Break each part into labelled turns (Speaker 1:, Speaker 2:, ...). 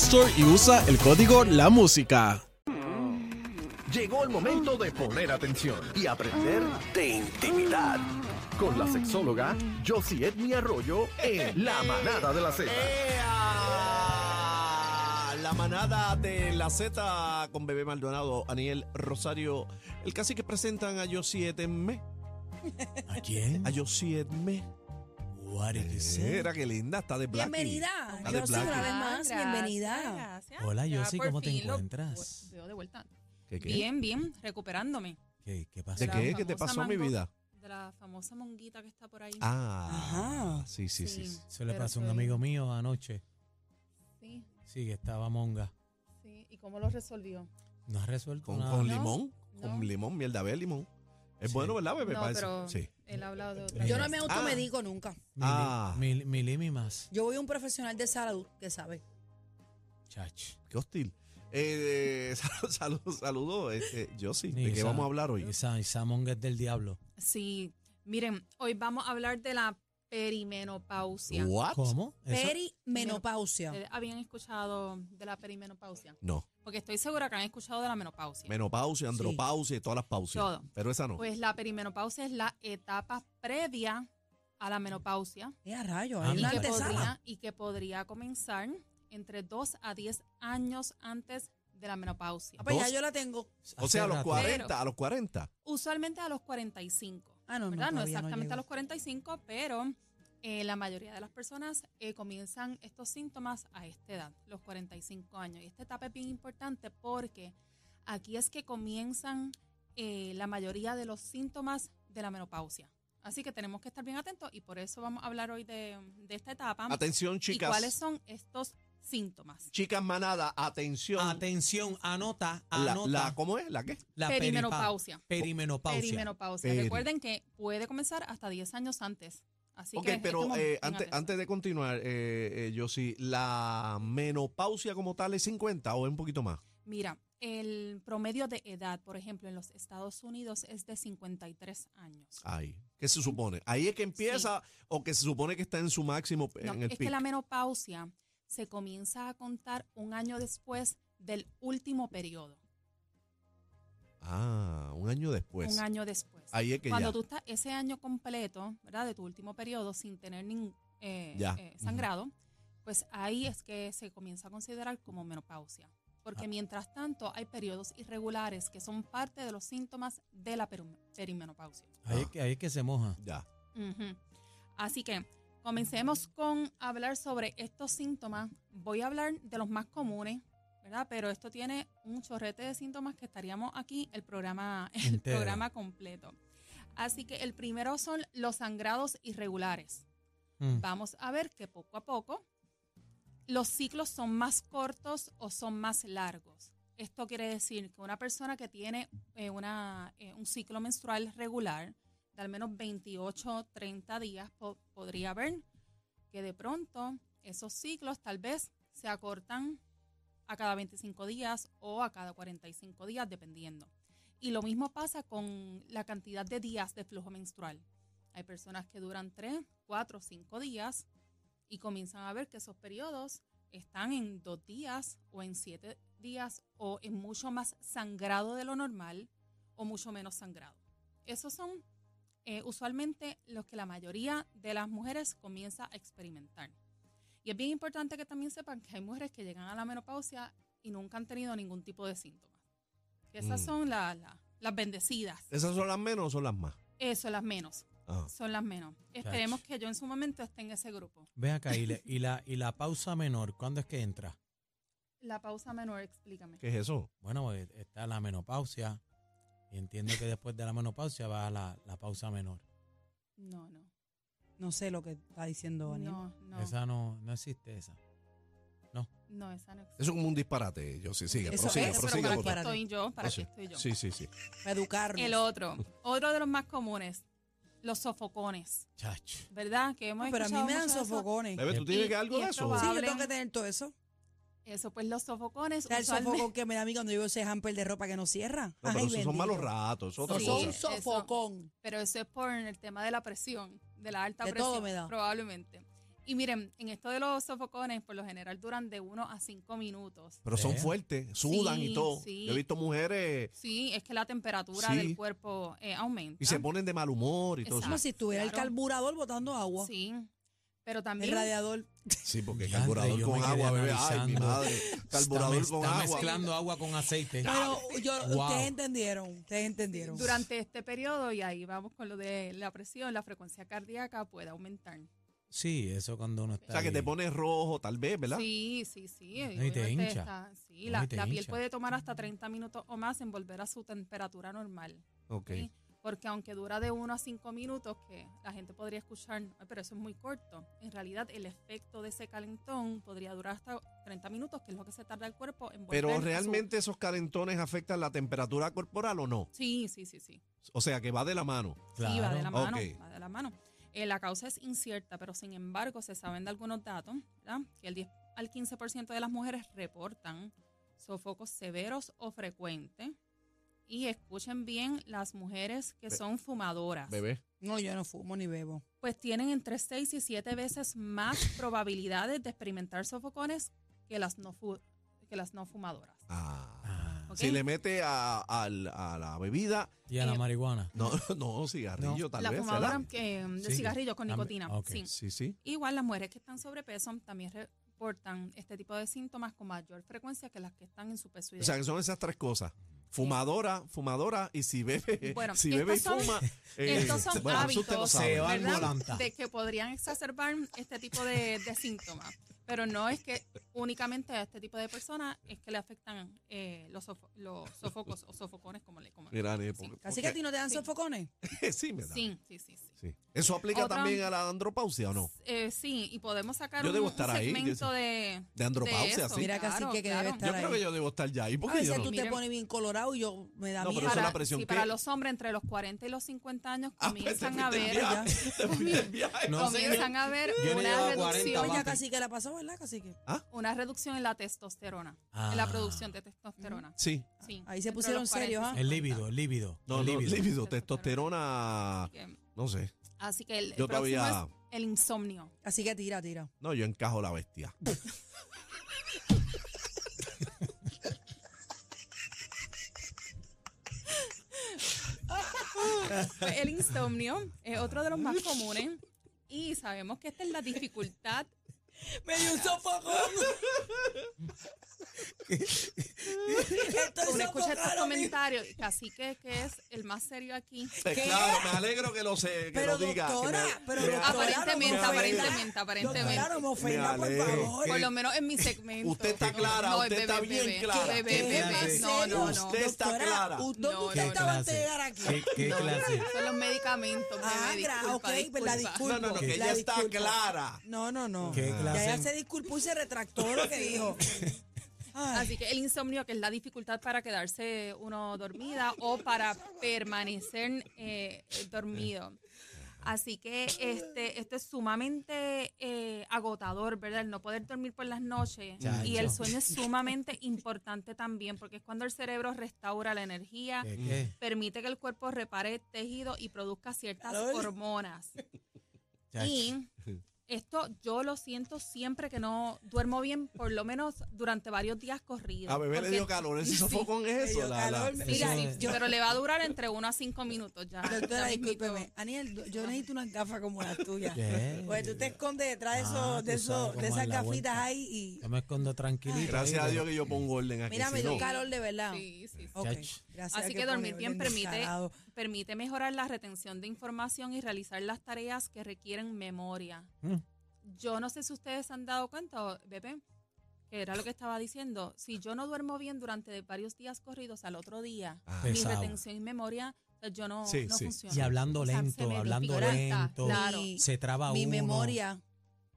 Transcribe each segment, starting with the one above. Speaker 1: Store y usa el código La Música.
Speaker 2: Llegó el momento de poner atención y aprender de intimidad. Con la sexóloga Josie Edmi Arroyo en La Manada de la Z.
Speaker 3: ¡Ea! La manada de la Z con Bebé Maldonado, Aniel Rosario. El casi que presentan a Yo 7 Me.
Speaker 4: ¿A quién?
Speaker 3: A Yo 7 Me.
Speaker 4: What it is.
Speaker 3: Era que linda, está de Blackie.
Speaker 5: Bienvenida.
Speaker 3: Está de
Speaker 5: Yo soy una
Speaker 3: Blackie.
Speaker 5: vez más.
Speaker 6: Ah, Gracias,
Speaker 5: Bienvenida.
Speaker 6: gracias.
Speaker 4: Hola,
Speaker 6: Ya
Speaker 4: Yossi,
Speaker 6: por
Speaker 4: ¿cómo te
Speaker 6: fin lo-
Speaker 4: encuentras?
Speaker 6: Veo de vuelta.
Speaker 3: ¿Qué, qué?
Speaker 6: Bien, bien, recuperándome.
Speaker 4: ¿Qué, qué pasó?
Speaker 3: ¿De
Speaker 6: La
Speaker 3: qué? ¿Qué te
Speaker 6: famosa
Speaker 3: pasó, mi
Speaker 6: mango-
Speaker 3: vida?
Speaker 6: De la famosa monguita que está por ahí.
Speaker 3: Ah,
Speaker 5: Ajá.
Speaker 3: sí, sí, sí. sí.
Speaker 4: Eso le
Speaker 6: pero
Speaker 4: pasó a un
Speaker 6: soy-
Speaker 4: amigo mío anoche.
Speaker 6: Sí,
Speaker 4: Sí, que estaba monga.
Speaker 6: sí. ¿Y cómo lo resolvió?
Speaker 4: No ha resuelto
Speaker 3: Con,
Speaker 4: nada.
Speaker 3: con
Speaker 6: No,
Speaker 3: limón, con
Speaker 6: no.
Speaker 3: limón, mierda de limón. Es
Speaker 4: Sí.
Speaker 3: bueno, ¿verdad, bebé?
Speaker 6: No,
Speaker 3: Para eso.
Speaker 6: pero
Speaker 3: Sí.
Speaker 6: él ha hablado de
Speaker 4: Eh,
Speaker 6: otra
Speaker 5: Yo
Speaker 6: cosa.
Speaker 5: no me automedico nunca.
Speaker 4: Mili-
Speaker 3: Ah.
Speaker 4: mil- milímimas.
Speaker 5: Yo voy a un profesional de salud que sabe.
Speaker 4: Chach.
Speaker 3: Qué hostil. Eh, saludos, saludos, saludo, este, Josie. ¿De
Speaker 4: Ni
Speaker 3: qué
Speaker 4: esa-
Speaker 3: vamos a hablar hoy?
Speaker 4: Esa, esa monga es del diablo.
Speaker 6: Sí, miren, hoy vamos a hablar de la perimenopausia.
Speaker 3: ¿What?
Speaker 4: ¿Cómo? Esa-
Speaker 5: Perimenopausia.
Speaker 6: ¿Ustedes ¿Habían escuchado de la perimenopausia?
Speaker 3: No.
Speaker 6: Porque estoy segura que han escuchado de la menopausia.
Speaker 3: Menopausia, andropausia y todas las pausias.
Speaker 6: Todo.
Speaker 3: Pero esa no.
Speaker 6: Pues la perimenopausia es la etapa previa a la menopausia.
Speaker 5: Eh, a rayo,
Speaker 4: Ah,
Speaker 5: hay
Speaker 6: y
Speaker 5: una
Speaker 4: mira.
Speaker 6: que,
Speaker 5: antesala.
Speaker 6: podría, y que podría comenzar entre 2 a 10 años antes de la menopausia.
Speaker 5: Ah, pues ya
Speaker 3: Dos.
Speaker 5: yo la tengo.
Speaker 3: o
Speaker 4: hace
Speaker 3: sea, a los
Speaker 4: rato.
Speaker 3: 40, a los 40.
Speaker 6: Usualmente a los 45.
Speaker 5: Ah, no, no,
Speaker 6: ¿verdad? No,
Speaker 5: todavía no
Speaker 6: exactamente
Speaker 5: llego.
Speaker 6: a los 45, pero eh, la mayoría de las personas eh, comienzan estos síntomas a esta edad, los 45 años. Y esta etapa es bien importante porque aquí es que comienzan eh, la mayoría de los síntomas de la menopausia. Así que tenemos que estar bien atentos y por eso vamos a hablar hoy de, de esta etapa.
Speaker 3: Atención, chicas.
Speaker 6: ¿Y cuáles son estos síntomas?
Speaker 3: Chicas manada, atención.
Speaker 4: Atención, anota,
Speaker 3: la,
Speaker 4: anota.
Speaker 3: la- ¿Cómo es? ¿La qué?
Speaker 4: la peripa-
Speaker 6: perimenopausia.
Speaker 4: Perimenopausia.
Speaker 6: Perimenopausia.
Speaker 3: Peri.
Speaker 6: Recuerden que puede comenzar hasta 10 años antes. Así
Speaker 3: ok,
Speaker 6: que hay que
Speaker 3: pero
Speaker 6: estar
Speaker 3: eh,
Speaker 6: bien
Speaker 3: antes,
Speaker 6: atentos.
Speaker 3: antes de continuar, eh, eh, Yossi, ¿la menopausia como tal es 50 o es un poquito más?
Speaker 6: Mira, el promedio de edad, por ejemplo, en los Estados Unidos es de 53 años.
Speaker 3: Ahí. ¿Qué se supone? ¿Ahí es que empieza o que se supone que está en su máximo,
Speaker 6: No,
Speaker 3: en el
Speaker 6: es que
Speaker 3: pic?
Speaker 6: la menopausia se comienza a contar un año después del último periodo.
Speaker 3: Ah, un año después.
Speaker 6: un año después.
Speaker 3: Ahí es que
Speaker 6: Cuando
Speaker 3: ya.
Speaker 6: tú estás ese año completo, ¿verdad? De tu último periodo sin tener ningún
Speaker 3: Ya. Ujú.
Speaker 6: sangrado, pues ahí es que se comienza a considerar como menopausia.
Speaker 3: Ah.
Speaker 6: Porque mientras tanto hay periodos irregulares que son parte de los síntomas de la perum- perimenopausia.
Speaker 4: Ahí, es que, ahí es que se moja.
Speaker 3: Ya.
Speaker 6: Ujú. Así que comencemos con hablar sobre estos síntomas. Voy a hablar de los más comunes, ¿verdad? Pero esto tiene un chorrete de síntomas que estaríamos aquí el programa, el
Speaker 4: Entero.
Speaker 6: programa completo. Así que el primero son los sangrados irregulares.
Speaker 4: Mm.
Speaker 6: Vamos a ver que poco a poco los ciclos son más cortos o son más largos. Esto quiere decir que una persona que tiene eh, una, eh, un ciclo menstrual regular de al menos 28, 30 días, po- podría ver que de pronto esos ciclos tal vez se acortan a cada 25 días o a cada 45 días, dependiendo. Y lo mismo pasa con la cantidad de días de flujo menstrual. Hay personas que duran 3, 4, 5 días y comienzan a ver que esos periodos están en 2 días o en 7 días o en mucho más sangrado de lo normal o mucho menos sangrado. Esos son eh, usualmente los que la mayoría de las mujeres comienza a experimentar. Y es bien importante que también sepan que hay mujeres que llegan a la menopausia y nunca han tenido ningún tipo de síntomas. Que esas
Speaker 3: Mm.
Speaker 6: son la- la- las bendecidas.
Speaker 3: ¿Esas son las menos o son las más?
Speaker 6: Eso, las menos.
Speaker 3: Ah.
Speaker 6: Son las menos. Esperemos que yo en su momento esté en ese grupo.
Speaker 4: Ven acá, y, le- y la, y la pausa menor, ¿cuándo es que entra?
Speaker 6: La pausa menor, explícame.
Speaker 3: ¿Qué es eso?
Speaker 4: Bueno, eh, está la menopausia. Y entiendo que después de la menopausia va la, la pausa menor.
Speaker 6: No, no.
Speaker 5: No sé lo que está diciendo
Speaker 6: No,
Speaker 5: Daniel.
Speaker 6: no.
Speaker 4: Esa no, no existe esa.
Speaker 6: No, esa no existe.
Speaker 3: Eso es como un disparate, yo sí, sigue,
Speaker 5: Eso
Speaker 3: prosigue,
Speaker 5: es, pero
Speaker 3: prosigue.
Speaker 5: para
Speaker 3: por favor.
Speaker 5: Espérate.
Speaker 6: Estoy yo, para
Speaker 3: Prosigue.
Speaker 6: qué estoy yo.
Speaker 3: Sí, sí, sí.
Speaker 5: Para educarnos.
Speaker 6: El otro, otro de los más comunes, los sofocones,
Speaker 4: Chacho.
Speaker 6: ¿verdad? Que hemos
Speaker 5: No, Ah, pero a mí
Speaker 6: escuchado
Speaker 5: me dan
Speaker 6: mucho de eso.
Speaker 5: sofocones.
Speaker 3: Bebé, ¿tú
Speaker 6: Y-
Speaker 3: tienes que algo
Speaker 6: y
Speaker 3: de
Speaker 6: es
Speaker 3: eso?
Speaker 5: Sí,
Speaker 6: probable.
Speaker 5: yo tengo
Speaker 6: hablen.
Speaker 5: que tener todo eso.
Speaker 6: Eso, pues los sofocones.
Speaker 5: O sea, el
Speaker 6: usualmente-
Speaker 5: sofocón que me da a mí cuando yo veo ese hamper de ropa que no cierra.
Speaker 3: No, pero
Speaker 5: Ay,
Speaker 3: esos son
Speaker 5: bendito.
Speaker 3: malos ratos, es otra
Speaker 5: Eso
Speaker 6: Sí.
Speaker 5: es un
Speaker 3: cosa.
Speaker 6: Eso.
Speaker 5: sofocón.
Speaker 6: pero eso es por el tema de la presión, de la alta
Speaker 5: De
Speaker 6: presión.
Speaker 5: todo me da.
Speaker 6: Probablemente. Y miren, en esto de los sofocones, por lo general duran de 1 a 5 minutos.
Speaker 3: Pero son
Speaker 4: Sí.
Speaker 3: fuertes, sudan y
Speaker 6: Sí,
Speaker 3: todo.
Speaker 6: sí.
Speaker 3: Yo he visto mujeres
Speaker 6: Sí, es que la temperatura
Speaker 3: Sí.
Speaker 6: del cuerpo eh, aumenta.
Speaker 3: y
Speaker 4: Ah.
Speaker 3: se ponen de mal humor y todo
Speaker 5: Es
Speaker 3: eso.
Speaker 5: como si estuviera el
Speaker 6: Claro.
Speaker 5: carburador botando agua.
Speaker 6: Sí, pero
Speaker 5: El
Speaker 6: también...
Speaker 5: radiador.
Speaker 3: Sí, porque
Speaker 4: Diantre,
Speaker 3: carburador
Speaker 4: yo me
Speaker 3: con
Speaker 4: quedé
Speaker 3: agua, bebé. Ay, mi
Speaker 4: analizando.
Speaker 3: madre. Carburador
Speaker 4: está,
Speaker 3: con
Speaker 4: está
Speaker 3: agua.
Speaker 4: mezclando agua con aceite.
Speaker 5: Pero yo,
Speaker 4: Wow.
Speaker 5: ustedes entendieron, ustedes entendieron.
Speaker 6: Durante este periodo, y ahí vamos con lo de la presión, la frecuencia cardíaca puede aumentar.
Speaker 4: Sí, eso cuando uno está.
Speaker 3: O sea, que
Speaker 4: ahí.
Speaker 3: te pones rojo, tal vez, ¿verdad?
Speaker 6: Sí, sí, sí.
Speaker 4: No, y te
Speaker 6: obviamente
Speaker 4: hincha.
Speaker 6: está- sí,
Speaker 4: No,
Speaker 6: la,
Speaker 4: y te
Speaker 6: la piel
Speaker 4: hincha.
Speaker 6: puede tomar hasta 30 minutos o más en volver a su temperatura normal.
Speaker 3: Ok.
Speaker 6: Sí. Porque aunque dura de 1 a 5 minutos, que la gente podría escuchar, "Ay, pero eso es muy corto, en realidad el efecto de ese calentón podría durar hasta 30 minutos, que es lo que se tarda el cuerpo en volver. a
Speaker 3: Pero
Speaker 6: su-
Speaker 3: realmente esos calentones afectan la temperatura corporal o no?
Speaker 6: Sí, sí, sí, sí.
Speaker 3: O sea, que va de la mano.
Speaker 6: Sí, va de la
Speaker 4: Claro.
Speaker 6: mano.
Speaker 3: Ok.
Speaker 6: va de la mano. Eh, la causa es incierta, pero sin embargo se saben de algunos datos, ¿verdad? Que el 10 al 15% de las mujeres reportan sofocos severos o frecuentes. Y escuchen bien las mujeres que
Speaker 3: Be-
Speaker 6: son fumadoras.
Speaker 3: Bebé.
Speaker 5: No, yo no fumo ni bebo.
Speaker 6: Pues tienen entre 6 y 7 veces más probabilidades de experimentar sofocones que las no, fu- que las no fumadoras.
Speaker 3: Ah.
Speaker 4: Ah,
Speaker 6: ¿ok?
Speaker 3: Si le mete a, al- a la bebida,
Speaker 4: y a la
Speaker 6: Eh,
Speaker 4: marihuana.
Speaker 3: no, no, cigarrillo tal
Speaker 6: la
Speaker 3: vez,
Speaker 6: fumadora
Speaker 3: ¿verdad?
Speaker 6: que, mm, de
Speaker 4: Sí.
Speaker 6: cigarrillo con
Speaker 4: También-
Speaker 6: nicotina.
Speaker 4: ok.
Speaker 6: sí.
Speaker 3: Sí, sí.
Speaker 6: Igual las mujeres que están sobrepeso también reportan este tipo de síntomas con mayor frecuencia que las que están en su peso
Speaker 3: O sea, que
Speaker 6: ideal.
Speaker 3: son esas tres cosas. Fumadora, fumadora y si bebe,
Speaker 6: Bueno,
Speaker 3: si bebe y
Speaker 6: estos son-
Speaker 3: fuma,
Speaker 6: estos son
Speaker 3: eh, bueno, eso
Speaker 6: hábitos,
Speaker 3: usted lo sabe.
Speaker 4: Se va al
Speaker 6: ¿verdad?
Speaker 4: volanta.
Speaker 6: De que podrían exacerbar este tipo de, de síntomas. Pero no es que únicamente a este tipo de personas es que le afectan eh, los, sofo- los sofocos o sofocones, como le como
Speaker 3: Mira,
Speaker 6: sí.
Speaker 3: ni- porque-
Speaker 5: Así que a ti no te dan
Speaker 6: Sí.
Speaker 5: sofocones.
Speaker 3: porque- sí, me da.
Speaker 6: Sí, sí, sí. sí.
Speaker 3: Sí. ¿Eso aplica
Speaker 6: Otra-
Speaker 3: también a la andropausia o no?
Speaker 6: Eh, sí, y podemos sacar
Speaker 3: Yo
Speaker 6: un,
Speaker 3: debo
Speaker 6: un
Speaker 3: estar ahí, yo
Speaker 6: segmento
Speaker 3: sé.
Speaker 6: de,
Speaker 3: De andropausia,
Speaker 6: eso,
Speaker 3: sí.
Speaker 5: Mira, casi que que debe
Speaker 6: claro.
Speaker 5: estar
Speaker 3: Yo creo
Speaker 5: ahí.
Speaker 3: que yo debo estar ya ahí
Speaker 5: A
Speaker 3: porque yo
Speaker 5: veces
Speaker 3: no.
Speaker 5: tú te
Speaker 6: Miren.
Speaker 5: pones bien colorado y yo me da
Speaker 3: No, pero
Speaker 5: miedo.
Speaker 3: eso es
Speaker 6: Para-
Speaker 3: la presión
Speaker 6: sí,
Speaker 3: que-
Speaker 6: para los hombres entre los 40 y los 50 años
Speaker 3: Ah, pues, te
Speaker 6: comienzan a
Speaker 3: fuiste del
Speaker 6: ver
Speaker 3: viaje,
Speaker 5: ya.
Speaker 3: te fuiste del viaje.
Speaker 4: No,
Speaker 6: comienzan a ver
Speaker 4: Yo no
Speaker 6: una
Speaker 4: llevaba 40
Speaker 6: reducción,
Speaker 5: Pues ya
Speaker 4: papi.
Speaker 5: casi que la pasó, ¿verdad? Casi que.
Speaker 6: una reducción en la testosterona, en la
Speaker 4: Ah.
Speaker 6: producción de testosterona.
Speaker 3: Sí.
Speaker 6: Sí,
Speaker 5: Ahí se
Speaker 6: entre
Speaker 5: pusieron
Speaker 6: los 40 y
Speaker 5: serios, ¿ah?
Speaker 4: El líbido, el líbido.
Speaker 3: No,
Speaker 4: el
Speaker 3: no,
Speaker 4: líbido.
Speaker 3: líbido, testosterona, no sé.
Speaker 6: Así que el,
Speaker 3: Yo
Speaker 6: el próximo
Speaker 3: todavía-
Speaker 6: es el insomnio.
Speaker 5: Así que tira, tira.
Speaker 3: No, yo encajo la bestia.
Speaker 6: Pues el insomnio es otro de los más comunes y sabemos que esta es la dificultad
Speaker 5: Me dio un sofocón. Estoy
Speaker 6: Uno escucha estos
Speaker 5: sofocado, amigo.
Speaker 6: comentarios, así que, que es el más serio aquí.
Speaker 3: Eh, Claro, me alegro que lo, sé, que
Speaker 5: Pero
Speaker 3: lo diga. que
Speaker 5: doctora,
Speaker 3: me-
Speaker 5: pero
Speaker 3: me-
Speaker 5: doctora,
Speaker 6: Aparentemente,
Speaker 3: me-
Speaker 6: aparentemente, aparentemente.
Speaker 5: Doctora, no me ofenda,
Speaker 3: Me
Speaker 5: por
Speaker 3: alegro.
Speaker 5: favor.
Speaker 6: Por lo menos en mi segmento.
Speaker 3: Usted está
Speaker 6: No,
Speaker 3: clara,
Speaker 6: no,
Speaker 3: usted
Speaker 6: bebé,
Speaker 3: está bien
Speaker 6: bebé,
Speaker 3: clara.
Speaker 6: bebé, bebé.
Speaker 5: Qué clase.
Speaker 6: No, no, no.
Speaker 3: Usted está
Speaker 5: Doctora,
Speaker 3: clara.
Speaker 5: ¿Usted
Speaker 6: No,
Speaker 5: usted
Speaker 6: no,
Speaker 5: estaba
Speaker 4: no.
Speaker 5: antes de llegar aquí?
Speaker 4: ¿Qué, qué
Speaker 6: No,
Speaker 4: clase?
Speaker 6: Son los medicamentos. bebé,
Speaker 5: Ah, gra-
Speaker 6: disculpa,
Speaker 5: ok, pues
Speaker 6: disculpa.
Speaker 5: la disculpo.
Speaker 3: No, no, no, que
Speaker 5: la
Speaker 3: ella está
Speaker 5: disculpo.
Speaker 3: clara.
Speaker 5: No, no, no.
Speaker 4: Qué
Speaker 5: Ya
Speaker 4: clase.
Speaker 5: ella se disculpó y se retractó lo que dijo. Ay,
Speaker 6: Así que el insomnio, que es la dificultad para quedarse uno dormida o para permanecer eh, dormido. Así que este, esto es sumamente eh, agotador, ¿verdad? El no poder dormir por las noches.
Speaker 4: Chacho.
Speaker 6: Y el sueño es sumamente importante también, porque es cuando el cerebro restaura la energía,
Speaker 3: Mm.
Speaker 4: ¿Qué, qué?
Speaker 6: permite que el cuerpo repare tejido y produzca ciertas
Speaker 5: Calor.
Speaker 6: hormonas.
Speaker 4: Chacho.
Speaker 6: Y Esto yo lo siento siempre que no duermo bien, por lo menos durante varios días corridos.
Speaker 3: A bebé le
Speaker 6: porque-
Speaker 3: dio calor, ese sofocón es eso.
Speaker 5: dio
Speaker 3: la- la-
Speaker 5: calor,
Speaker 3: la-
Speaker 5: mira,
Speaker 4: Eso es-
Speaker 5: yo,
Speaker 6: Pero le va a durar entre 1 a 5 minutos ya.
Speaker 5: doctora,
Speaker 6: ya mismito.
Speaker 5: discúlpeme. Aniel, yo- yo necesito unas gafas como las tuyas.
Speaker 4: ¿Qué?
Speaker 5: Porque tú te escondes detrás de,
Speaker 4: Ah,
Speaker 5: esos,
Speaker 4: tú
Speaker 5: de, esos-
Speaker 4: sabes cómo
Speaker 5: de
Speaker 4: es
Speaker 5: esas
Speaker 4: la
Speaker 5: gafitas
Speaker 4: vuelta.
Speaker 5: ahí y.
Speaker 4: Yo me escondo tranquilito.
Speaker 3: Gracias
Speaker 4: ahí,
Speaker 3: a Dios
Speaker 4: pero-
Speaker 3: que yo pongo orden aquí.
Speaker 5: Mira, me
Speaker 3: si
Speaker 5: dio
Speaker 3: no-
Speaker 5: calor de verdad.
Speaker 6: Sí, sí, sí.
Speaker 5: Ok,
Speaker 4: Chacho.
Speaker 5: gracias
Speaker 6: Así
Speaker 5: a
Speaker 6: que dormir
Speaker 5: pone
Speaker 6: bien
Speaker 5: orden de
Speaker 6: permite,
Speaker 5: salado.
Speaker 6: permite mejorar la retención de información y realizar las tareas que requieren memoria.
Speaker 4: Mm.
Speaker 6: Yo no sé si ustedes se han dado cuenta, Pepe, que era lo que estaba diciendo. Si yo no duermo bien durante varios días corridos al otro día,
Speaker 3: Ah,
Speaker 6: mi
Speaker 4: Pesado.
Speaker 6: retención y memoria, o sea, yo no,
Speaker 3: Sí,
Speaker 6: no
Speaker 3: sí.
Speaker 6: funciona.
Speaker 4: Y hablando
Speaker 6: O sea, se
Speaker 4: lento,
Speaker 6: me
Speaker 4: hablando
Speaker 6: dificulta,
Speaker 4: lento.
Speaker 6: Claro,
Speaker 5: Mi-
Speaker 4: Se traba
Speaker 5: Mi
Speaker 4: Ah, uno.
Speaker 5: memoria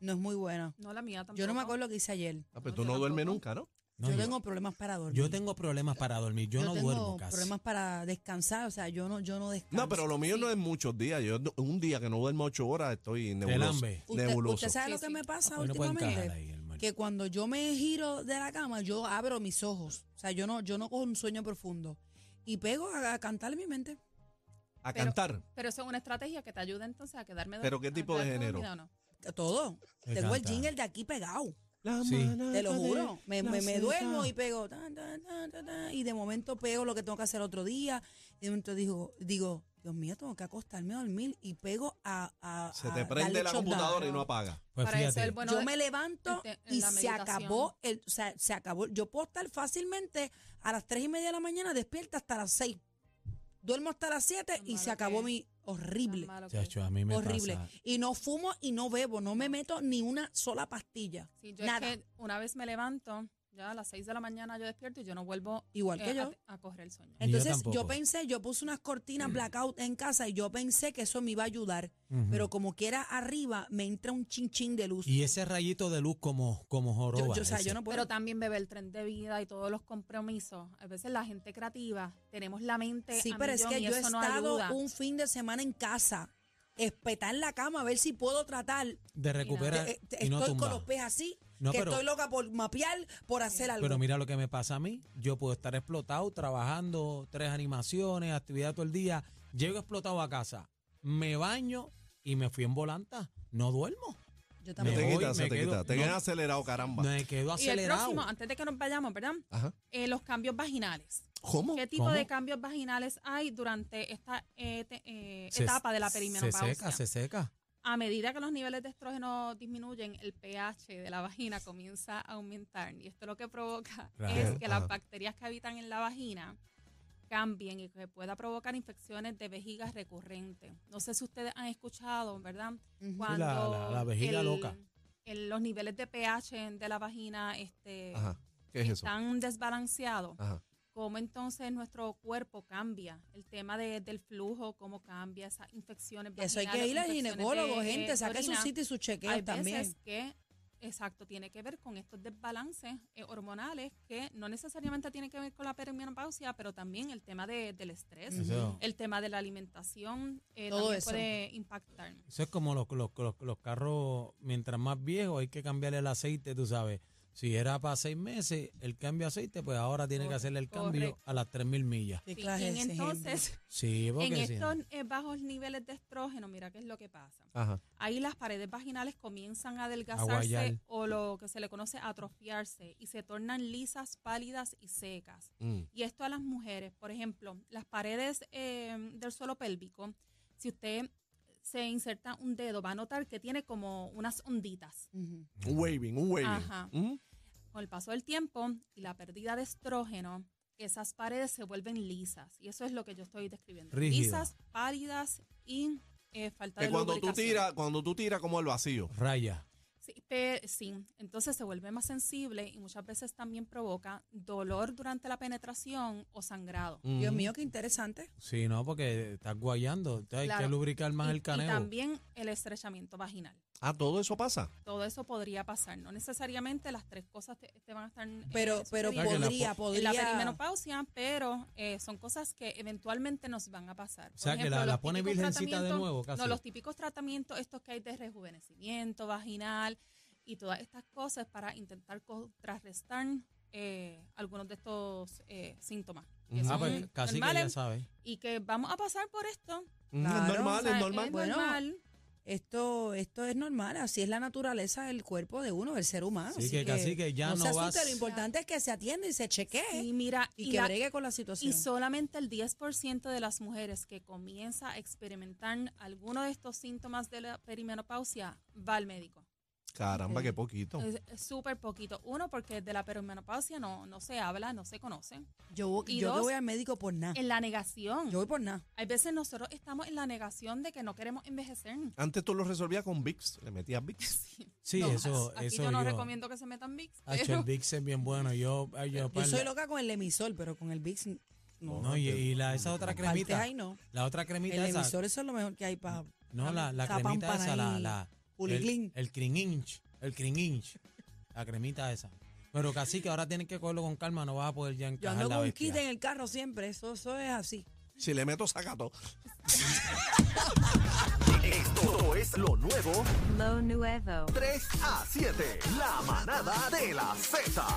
Speaker 5: no es muy buena.
Speaker 6: no la mía tampoco.
Speaker 5: Yo no me acuerdo lo que hice ayer.
Speaker 3: Ah, pues
Speaker 6: No,
Speaker 3: tú
Speaker 6: yo
Speaker 3: no duermes
Speaker 6: tampoco.
Speaker 3: nunca, ¿no?
Speaker 4: No,
Speaker 5: yo
Speaker 4: yo,
Speaker 5: tengo problemas para dormir.
Speaker 4: yo tengo problemas para dormir. Yo, no
Speaker 5: tengo
Speaker 4: duermo casi.
Speaker 5: problemas para descansar, o sea, yo no, yo no descanso.
Speaker 3: No, pero lo mío no es muchos días. Yo do- un día que no duermo ocho horas estoy nebuloso.
Speaker 4: lambe.
Speaker 5: Usted-
Speaker 3: nebuloso.
Speaker 5: Usted, sabe
Speaker 6: Sí,
Speaker 5: lo que
Speaker 6: sí.
Speaker 5: me pasa
Speaker 4: Hoy no puedo encajar
Speaker 5: últimamente,
Speaker 4: ahí, hermano.
Speaker 5: que cuando yo me giro de la cama, yo abro mis ojos, o sea, yo no, yo no cojo un sueño profundo y pego a, a cantar en mi mente.
Speaker 3: a
Speaker 6: pero-
Speaker 3: cantar.
Speaker 6: Pero eso es una estrategia que te ayuda entonces a quedarme
Speaker 3: ¿Pero
Speaker 6: dorm-
Speaker 3: qué
Speaker 6: a
Speaker 3: tipo de
Speaker 6: quedarte
Speaker 3: género?
Speaker 6: dormida o no.
Speaker 5: Todo.
Speaker 4: Me
Speaker 5: Tengo el
Speaker 4: encanta.
Speaker 5: jingle de aquí pegado.
Speaker 4: Sí.
Speaker 5: Te lo juro. Me, me- me duermo y pego. tan, tan, tan, tan, tan, y de momento pego lo que tengo que hacer otro día. Y de momento digo, digo Dios mío, tengo que acostarme a dormir. Y pego a. a-
Speaker 3: Se
Speaker 5: a
Speaker 3: te prende
Speaker 5: darle
Speaker 3: la
Speaker 5: shutdown.
Speaker 3: computadora y no apaga.
Speaker 4: Pues
Speaker 6: Para eso
Speaker 4: fíjate.
Speaker 6: el bueno
Speaker 5: yo
Speaker 6: de- Ah,
Speaker 5: me levanto
Speaker 6: en te- en
Speaker 5: y
Speaker 6: la
Speaker 5: se
Speaker 6: meditación.
Speaker 5: acabó. El, o sea, se acabó. Yo puedo estar fácilmente a las 3 y media de la mañana despierta hasta las 6. Duermo hasta las 7
Speaker 6: Tan
Speaker 5: y se
Speaker 6: malo
Speaker 5: acabó
Speaker 6: que-
Speaker 5: mi.
Speaker 6: tan
Speaker 5: Horrible.
Speaker 6: malo que-
Speaker 4: Chacho, a mí me
Speaker 5: Horrible.
Speaker 4: pasa.
Speaker 5: Y no fumo y no bebo. No me meto ni una sola pastilla.
Speaker 6: Sí, yo
Speaker 5: Nada.
Speaker 6: es que una vez me levanto, ya a las 6 de la mañana yo despierto y yo no vuelvo
Speaker 5: Igual
Speaker 6: eh,
Speaker 5: que yo. Eh,
Speaker 6: A, a coger el sueño.
Speaker 4: Ni yo
Speaker 5: Entonces yo,
Speaker 4: tampoco. Mm.
Speaker 5: pensé, yo puse unas cortinas blackout en casa y yo pensé que eso me iba a ayudar,
Speaker 4: Ujú.
Speaker 5: pero como quiera arriba me entra un chinchín de luz.
Speaker 4: Mm. y ese rayito de luz como, como
Speaker 5: yo,
Speaker 4: joroba.
Speaker 5: yo- o sea, yo
Speaker 4: ese.
Speaker 5: no puedo.
Speaker 6: Pero también bebe el tren de vida y todos los compromisos. A veces la gente creativa tenemos la mente.
Speaker 5: sí,
Speaker 6: a
Speaker 5: pero es
Speaker 6: millón
Speaker 5: que
Speaker 6: y
Speaker 5: yo he
Speaker 6: eso no
Speaker 5: estado
Speaker 6: ayuda.
Speaker 5: un fin de semana en casa, espetar en la cama a ver si puedo tratar.
Speaker 4: De recuperar
Speaker 5: Eh, eh,
Speaker 4: y
Speaker 5: Estoy
Speaker 4: no
Speaker 5: con
Speaker 4: tumbar.
Speaker 5: los pies así,
Speaker 4: No,
Speaker 5: que
Speaker 4: pero-
Speaker 5: estoy loca por mapear, por hacer algo.
Speaker 4: Pero mira lo que me pasa a mí. Yo puedo estar explotado trabajando tres animaciones, actividad todo el día. Llego explotado a casa, me baño y me fui en volanta. No duermo.
Speaker 5: yo
Speaker 3: Te
Speaker 4: Me
Speaker 5: también.
Speaker 4: voy,
Speaker 3: quitas,
Speaker 4: me
Speaker 3: te
Speaker 4: quedo-
Speaker 3: quitas. Te
Speaker 4: no.
Speaker 3: quedas acelerado, caramba.
Speaker 4: Me quedo
Speaker 6: y el
Speaker 4: acelerado.
Speaker 6: próximo, antes de que nos vayamos, ¿verdad?
Speaker 3: Ajá.
Speaker 6: Eh, los cambios vaginales.
Speaker 3: ¿Cómo?
Speaker 6: ¿Qué tipo
Speaker 4: ¿Cómo?
Speaker 6: de cambios vaginales hay durante esta eh, te- eh,
Speaker 4: Se-
Speaker 6: etapa de la
Speaker 4: Se
Speaker 6: perimenopausia?
Speaker 4: seca, se seca.
Speaker 6: A medida que los niveles de estrógeno disminuyen, el pH de la vagina comienza a aumentar. Y esto lo que provoca
Speaker 4: Claro.
Speaker 6: es que
Speaker 3: Ajá.
Speaker 6: las bacterias que habitan en la vagina cambien y que pueda provocar infecciones de vejiga recurrente. No sé si ustedes han escuchado, ¿verdad?
Speaker 5: Ujú.
Speaker 6: Cuando
Speaker 4: la- la vejiga loca.
Speaker 6: el- los niveles de pH de la vagina este,
Speaker 3: Ajá. ¿Qué es eso?
Speaker 6: están desbalanceados
Speaker 3: Ajá.
Speaker 6: cómo entonces nuestro cuerpo cambia, el tema de- del flujo, cómo cambia esas infecciones.
Speaker 5: Eso hay que
Speaker 6: vaginales,
Speaker 5: ir al
Speaker 6: infecciones
Speaker 5: ginecólogo,
Speaker 6: de-
Speaker 5: gente,
Speaker 6: de
Speaker 5: saque su
Speaker 6: orina.
Speaker 5: cita y su chequeo
Speaker 6: Hay
Speaker 5: también.
Speaker 6: veces que, exacto, tiene que ver con estos desbalances eh, hormonales que no necesariamente tienen que ver con la perimenopausia, pero también el tema de- del estrés,
Speaker 4: Eso,
Speaker 6: el tema de la alimentación, eh,
Speaker 5: Todo
Speaker 6: también
Speaker 5: eso.
Speaker 6: puede impactar.
Speaker 4: eso es como los, los, los- los carros, mientras más viejos hay que cambiarle el aceite, tú sabes. Si era para seis meses el cambio de aceite, pues ahora tiene que
Speaker 6: Cor-
Speaker 4: hacerle el cambio
Speaker 6: correcto.
Speaker 4: a las 3.000 millas.
Speaker 5: Qué
Speaker 6: Sí,
Speaker 5: clase de
Speaker 6: y
Speaker 5: ese ejemplo.
Speaker 6: entonces,
Speaker 4: Sí, porque
Speaker 6: en
Speaker 4: si no-
Speaker 6: estos eh, bajos niveles de estrógeno, mira qué es lo que pasa.
Speaker 3: Ajá.
Speaker 6: ahí las paredes vaginales comienzan
Speaker 4: guayar.
Speaker 6: a adelgazarse o lo que se le conoce atrofiarse y se tornan lisas, pálidas y secas.
Speaker 3: Mm.
Speaker 6: Y esto a las mujeres, por ejemplo, las paredes eh, del suelo pélvico, si usted se inserta un dedo, va a notar que tiene como unas onditas
Speaker 5: Ujú.
Speaker 3: Un waving, un waving.
Speaker 6: Ajá.
Speaker 3: Mm.
Speaker 6: con el paso del tiempo y la pérdida de estrógeno, esas paredes se vuelven lisas. Y eso es lo que yo estoy describiendo.
Speaker 4: Rígida.
Speaker 6: Lisas, pálidas y eh, falta
Speaker 3: Que
Speaker 6: de
Speaker 3: cuando tú
Speaker 6: lubricación.
Speaker 3: tiras, cuando tú tiras como al vacío.
Speaker 4: Raya.
Speaker 6: Sí, pe- sí, entonces se vuelve más sensible y muchas veces también provoca dolor durante la penetración o sangrado.
Speaker 5: Dios
Speaker 3: Mm.
Speaker 5: mío, qué interesante.
Speaker 4: Sí, no, porque estás guayando. Entonces hay que
Speaker 6: Claro.
Speaker 4: lubricar más
Speaker 6: y,
Speaker 4: el
Speaker 6: y
Speaker 4: caneo.
Speaker 6: también el estrechamiento vaginal.
Speaker 3: Ah, todo eso pasa.
Speaker 6: Todo eso podría pasar. No necesariamente las tres cosas te, te van a estar. eh,
Speaker 5: Pero, pero
Speaker 4: sea, que
Speaker 6: sucediendo
Speaker 4: la
Speaker 5: podría,
Speaker 6: en la
Speaker 5: podría.
Speaker 6: perimenopausia, pero eh, son cosas que eventualmente nos van a pasar.
Speaker 4: O sea, que la-
Speaker 6: los
Speaker 4: la pone
Speaker 6: típicos
Speaker 4: virgencita de
Speaker 6: tratamientos-
Speaker 4: nuevo, casi.
Speaker 6: No, los típicos tratamientos, estos que hay de rejuvenecimiento vaginal y todas estas cosas para intentar contrarrestar eh, algunos de estos eh, síntomas. que
Speaker 3: Ah,
Speaker 4: ah,
Speaker 6: son
Speaker 4: pues casi que ya
Speaker 6: normales
Speaker 4: sabes.
Speaker 6: y que vamos a pasar por esto.
Speaker 3: Mm,
Speaker 5: Claro.
Speaker 3: es normal,
Speaker 6: O sea,
Speaker 3: es normal.
Speaker 6: Es
Speaker 5: Bueno,
Speaker 6: normal,
Speaker 5: Esto, esto es normal, así es la naturaleza del cuerpo de uno, del ser humano.
Speaker 4: Así que, casi que ya
Speaker 5: no
Speaker 4: no
Speaker 5: se asuste,
Speaker 4: vas-
Speaker 5: lo importante es que se atienda y se chequee
Speaker 6: Sí, mira,
Speaker 5: y, que
Speaker 6: la-
Speaker 5: bregue con la
Speaker 6: y
Speaker 5: situación.
Speaker 6: solamente el 10% de las mujeres que comienza a experimentar alguno de estos síntomas de la perimenopausia va al médico.
Speaker 3: Caramba,
Speaker 5: Ok.
Speaker 3: qué poquito.
Speaker 6: Es es súper poquito. Uno, porque de la perimenopausia no, no se habla, no se conoce.
Speaker 5: yo vo-
Speaker 6: y
Speaker 5: yo no
Speaker 6: dos,
Speaker 5: voy al médico por
Speaker 4: Ah.
Speaker 5: nada.
Speaker 6: En la negación.
Speaker 5: Yo voy por nada.
Speaker 6: Hay veces nosotros estamos en la negación de que no queremos envejecer.
Speaker 3: Antes tú lo resolvías con VIX, le metías VIX.
Speaker 4: Sí,
Speaker 6: No,
Speaker 4: eso,
Speaker 6: Aquí
Speaker 4: eso
Speaker 6: yo no recomiendo que se metan VIX.
Speaker 4: Hacho,
Speaker 6: pero-
Speaker 4: el Vicks es bien bueno. Yo, ay, yo,
Speaker 5: Yo
Speaker 4: par-
Speaker 5: soy loca con el emisor, pero con el Vicks no.
Speaker 4: No, y, y la, esa otra
Speaker 5: Partes
Speaker 4: cremita.
Speaker 5: ahí no.
Speaker 4: La otra cremita
Speaker 5: El
Speaker 4: esa.
Speaker 5: emisor eso es lo mejor que hay para...
Speaker 4: No, la, la
Speaker 5: esa
Speaker 4: cremita
Speaker 5: pámpara
Speaker 4: esa, la,
Speaker 5: ahí,
Speaker 4: la
Speaker 5: puliclín.
Speaker 4: el, el cream inch, el cream inch, la cremita esa. Pero casi que ahora tienen que cogerlo con calma, no vas a poder ya
Speaker 5: Yo
Speaker 4: encajar
Speaker 5: ando
Speaker 4: la
Speaker 5: con un kit
Speaker 4: bestia.
Speaker 5: en el carro siempre, eso, eso es así.
Speaker 3: Si le meto sacato.
Speaker 2: Esto es lo nuevo
Speaker 7: Lo nuevo.
Speaker 2: 3 a 7. La manada de la Z.